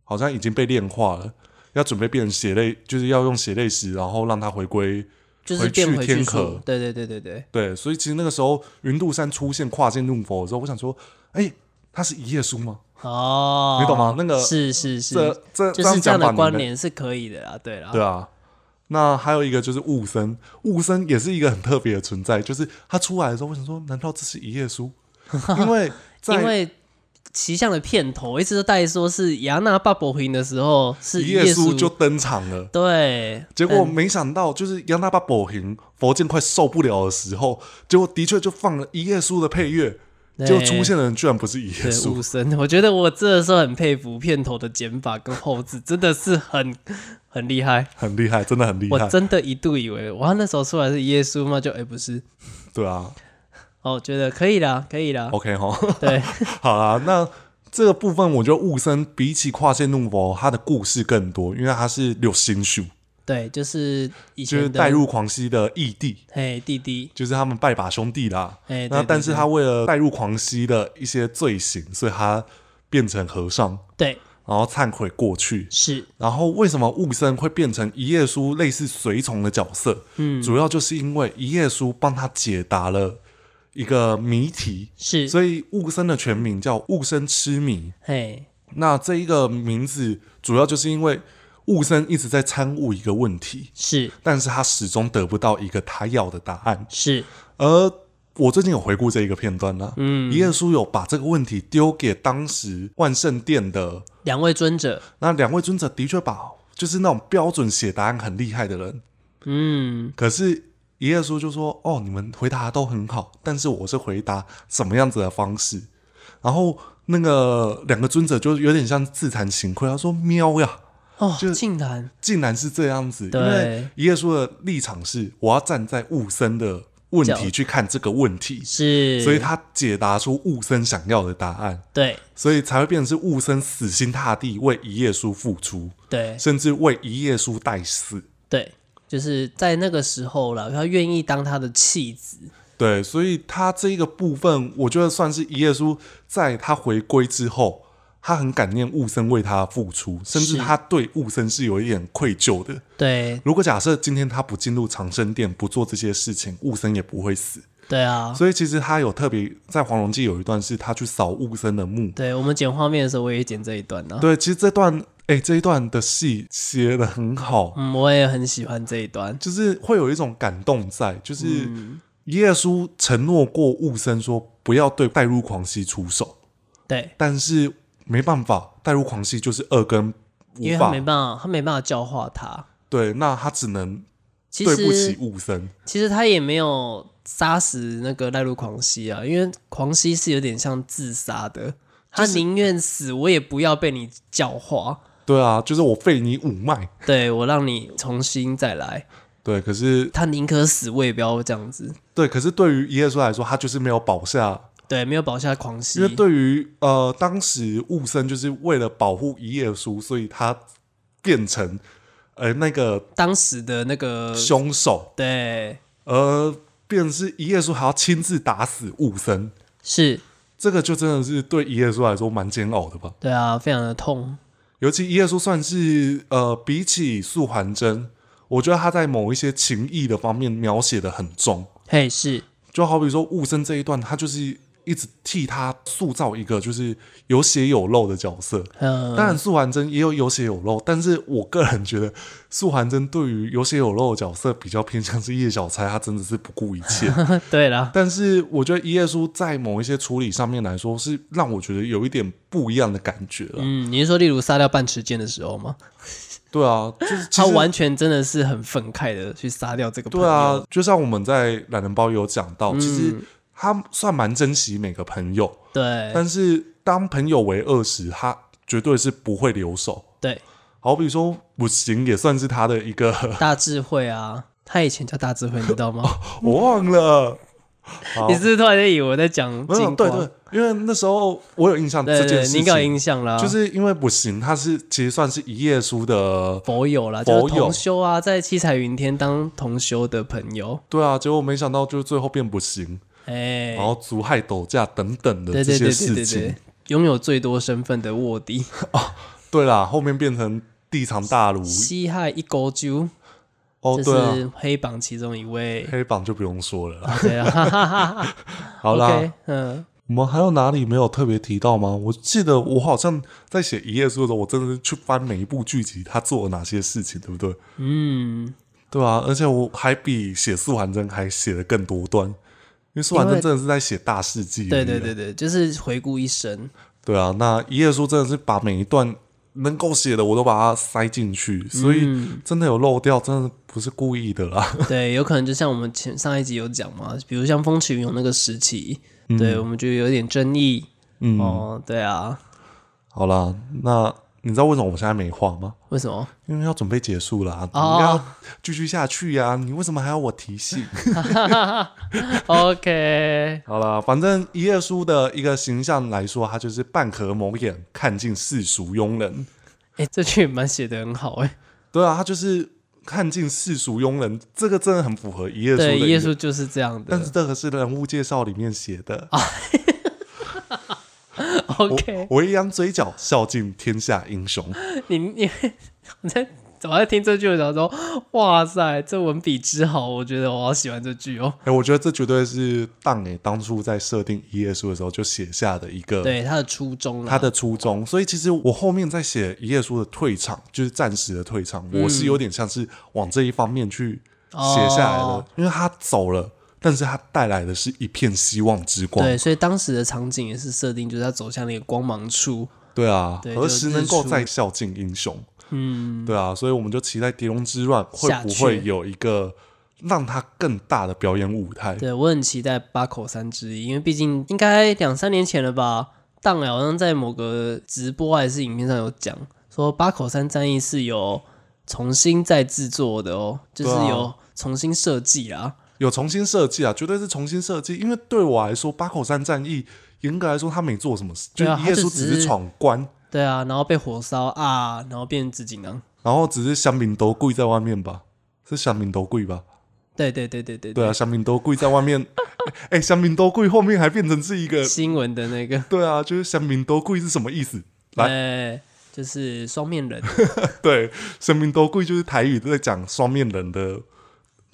好像已经被炼化了，要准备变成血泪，就是要用血泪石，然后让它回归。
就是
回去
变回
天
去说
河
对对对对对，
对，所以其实那个时候云度山出现跨线怒佛的时候，我想说，哎、它是一页书吗？
哦，
你懂吗那个
是是是，
这这
就是这样
讲法
的
你
关
们
联是可以的啦，对啦，
对啊。那还有一个就是雾生，雾生也是一个很特别的存在，就是他出来的时候，我想说，难道这是一页书？因为在
因为。奇象的片头我一直都带说是雅娜巴伯回的时候是
一
耶
页书
稣
就登场了。
对，
结果没想到，就是杨大巴宝行佛剑快受不了的时候，结果的确就放了一页书的配乐，
对
结果出现的人居然不是一 页
对
书，
武神，我觉得我这时候很佩服片头的剪法跟后置，真的是很很厉害。
很厉害，真的很厉
我
害，
真的一度以为哇，那时候出来是耶稣吗？就哎、不是，
对啊。
哦，我觉得可以啦，可以 啦。
OK 哈，
对，
好啦，那这个部分我觉得雾生比起跨线怒佛，他的故事更多，因为他是六星宿。
对，就是以
就
前
是
的
带入狂西的义弟，
嘿弟弟，
就是他们拜把兄弟啦。
哎，对
那
对
但是
对
他为了带入狂西的一些罪行，所以他变成和尚，
对
然后忏悔过去。
是
然后为什么悟僧会变成一页书类似随从的角色？嗯，主要就是因为一页书帮他解答了一个谜题，
是，
所以悟僧的全名叫悟僧痴迷。
嘿
那这一个名字主要就是因为悟僧一直在参悟一个问题，
是
但是他始终得不到一个他要的答案。
是
而我最近有回顾这一个片段啦，嗯，一页书有把这个问题丢给当时万圣殿的
两位尊者，
那两位尊者，的确把就是那种标准写答案很厉害的人，
嗯，
可是。一页书就说：“哦，你们回答得都很好，但是我是回答什么样子的方式。”然后那个两个尊者就有点像自惭形愧，他说：“喵呀，
哦
就，
竟然
竟然是这样子，因
对
为一页书的立场是我要站在悟僧的问题
角
去看这个问题，
是，
所以他解答出悟僧想要的答案，
对
所以才会变成是悟僧死心塌地为一页书付出，
对
甚至为一页书代死。
对，就是在那个时候了，他愿意当他的弃子，
对，所以他这一个部分，我觉得算是一页书在他回归之后，他很感念悟僧为他付出，甚至
是
他对悟僧是有一点愧疚的。
对
如果假设今天他不进入长生殿，不做这些事情，悟僧也不会死。
对啊，
所以其实他有特别在《黄龙记》有一段是他去扫悟僧的墓。
对我们剪画面的时候我也剪这一段呢、啊
对，其实这段哎、这一段的戏写的很好，
嗯，我也很喜欢这一段，
就是会有一种感动在，就是
嗯
耶稣承诺过悟僧说不要对带入狂西出手，
对，
但是没办法，带入狂西就是二根
因为
无
他
法
没，办法，他没办法教化他。
对，那他只能
其
对
实
不起悟僧，
其实他也没有杀死那个赖路狂西啊，因为狂西是有点像自杀的，他宁愿死我也不要被你教化，
对啊，就是我废你五脉，
对我让你重新再来，
对，可是
他宁可死我也不要这样子，
对，可是对于耶稣来说，他就是没有保下
对，没有保下狂西
因，为对于呃，当时雾生就是为了保护一页书，所以他变成呃那个
当时的那个
凶手，
对
而变成是一页书还要亲自打死雾生，
是，
这个就真的是对一页书来说蛮煎熬的吧。
对啊，非常的痛，
尤其一页书算是呃，比起素还真，我觉得他在某一些情谊的方面描写的很重，
嘿是，
就好比说雾生这一段，他就是一直替他塑造一个就是有血有肉的角色。
嗯、
当然，素还真也有有血有肉，但是我个人觉得素还真对于有血有肉的角色比较偏向是叶小钗，她真的是不顾一 切。
对啦，
但是我觉得一页书在某一些处理上面来说，是让我觉得有一点不一样的感觉了。
嗯，你是说例如杀掉半池剑的时候吗？
对啊，就是其
他
实
完全真的是很愤慨的去杀掉这个朋
对
友，
啊，就像我们在懒人包有讲到，其实
嗯
他算蛮珍惜每个朋友，
对
但是当朋友为恶时，他绝对是不会留手。
对，
好比说，不行也算是他的一个。
大智慧啊，他以前叫大智慧，你知道吗？
我忘了。好
你是不是突然间以为我在讲
哦没有
金
对
光
对，因为那时候我有印象这
对
件
对，
事
你应
情，
该有印象啊啦，
就是因为不行，他是其实算是一页书的，
佛友啦，
佛
就
友
是同修啊，在七彩云天当同修的朋友，
对啊，结果没想到就最后变不行，
哎、
然后族害斗架等等的
对
哦这
对
些
对
事
对对对
情，，哦
拥有最多身份的卧底，
对啦，后面变成地藏大儒
西汉一勾揪，
哦，
这
对啊，
是黑榜其中一位，
黑榜就不用 说了啦，
对啊，哈哈哈哈
好啦
OK，嗯，
我们还有哪里没有特别提到吗？我记得我好像在写一页书的时候，我真的是去翻每一部剧集他做了哪些事情，对不对？
嗯，
对啊，而且我还比写素还真还写的更多端，因为素还真真的是在写大事记。
对对对对，就是回顾一生，
对啊，那一页书真的是把每一段能够写的我都把它塞进去，
嗯
所以真的有漏掉，真的不是故意的啦。
对，有可能就像我们前上一集有讲嘛，比如像风起云涌那个时期，对我们觉得有点争议，
嗯，
哦，对啊，
好啦，那你知道为什么我现在没画吗？
为什么？
因为要准备结束啦，你
哦
要继续下去呀、你为什么还要我提醒？
OK，
好啦，反正一页书的一个形象来说，它就是半合蒙眼，看尽世俗庸人。
哎、这句也蛮写的很好哎、
对啊，他就是看尽世俗庸人，这个真的很符合一页书的
对，
意
耶
思
稣就是这样
但是
的。
这个是人物介绍里面写的。
OK，
我为扬嘴角，孝敬天下英雄。
你你我在我在听这句的时候说，哇塞，这文笔之好，我觉得我好喜欢这句哦。
哎、我觉得这绝对是当诶当初在设定一页书的时候就写下的一个
对他的初衷啊啦，
他的初衷。所以其实我后面在写一页书的退场，就是暂时的退场，我
嗯
是有点像是往这一方面去写下来的，
哦
因为他走了，但是他带来的是一片希望之光。
对，所以当时的场景也是设定，就是他走向那个光芒处。
对啊，
对
何时能够
就日出
再孝敬英雄？嗯，对啊，所以我们就期待《蝶龙之乱》会
下
不
去
会有一个让他更大的表演舞台？
对我很期待八口三之一，因为毕竟应该两三年前了吧，当然好像在某个直播还是影片上有讲，说八口三战役是有重新再制作的哦，就是
对啊
有重新设计啊。
有重新设计啊，绝对是重新设计。因为对我来说，八口山战役严格来说他没做什么事，就
对啊他
耶稣
就
只
只
是
是
闯关，
对啊，然后被火烧啊，然后变紫锦囊。
然后只是香民都跪在外面吧，是香民都跪吧？
对对对对对
对啊，香民都跪在外面， 哎、香民都跪后面还变成是一个，
新闻的那个，
对啊，就是香民都跪是什么意思？来
哎，就是双面人，
对，神明都跪就是台语在讲双面人的，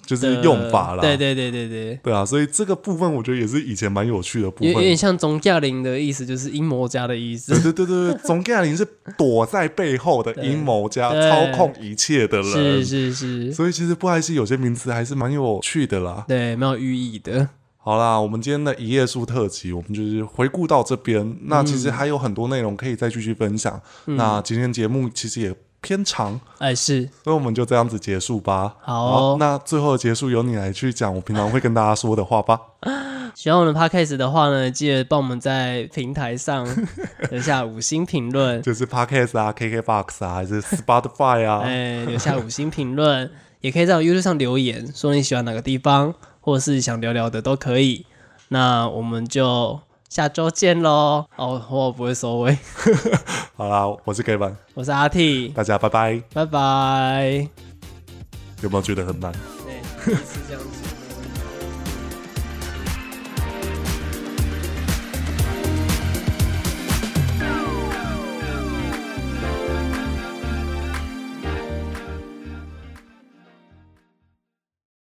就是用法啦。
对对对对对。
对啊，所以这个部分我觉得也是以前蛮有趣的部
有有点
分。
像总驾临的意思，就是阴谋家的意思
对。对对对，对总盖林是躲在背后的阴谋家，
对
操控一切的人。
是是是，
所以其实布莱希有些名词还是蛮有趣的啦。
对，蛮有寓意的。
好啦，我们今天的一页书特辑，我们就是回顾到这边。那其
嗯
实还有很多内容可以再继续分享。那今天节目其实也偏长，
哎，是
所以我们就这样子结束吧。
好哦
那最后的结束由你来去讲我平常会跟大家说的话吧。
喜欢我们的 podcast 的话呢，记得帮我们在平台上留下五星评论，
就是 Podcast 啊、KKBox 啊，还是 Spotify 啊，
哎，留下五星评论， 也可以在我 YouTube 上留言，说你喜欢哪个地方，或是想聊聊的都可以。那我们就下周见喽。哦，我不会收尾，
好啦，我是 Kevin，
我是阿 T，
大家拜拜。
拜拜。哎
有没有觉得很难？
对，第一次这样讲。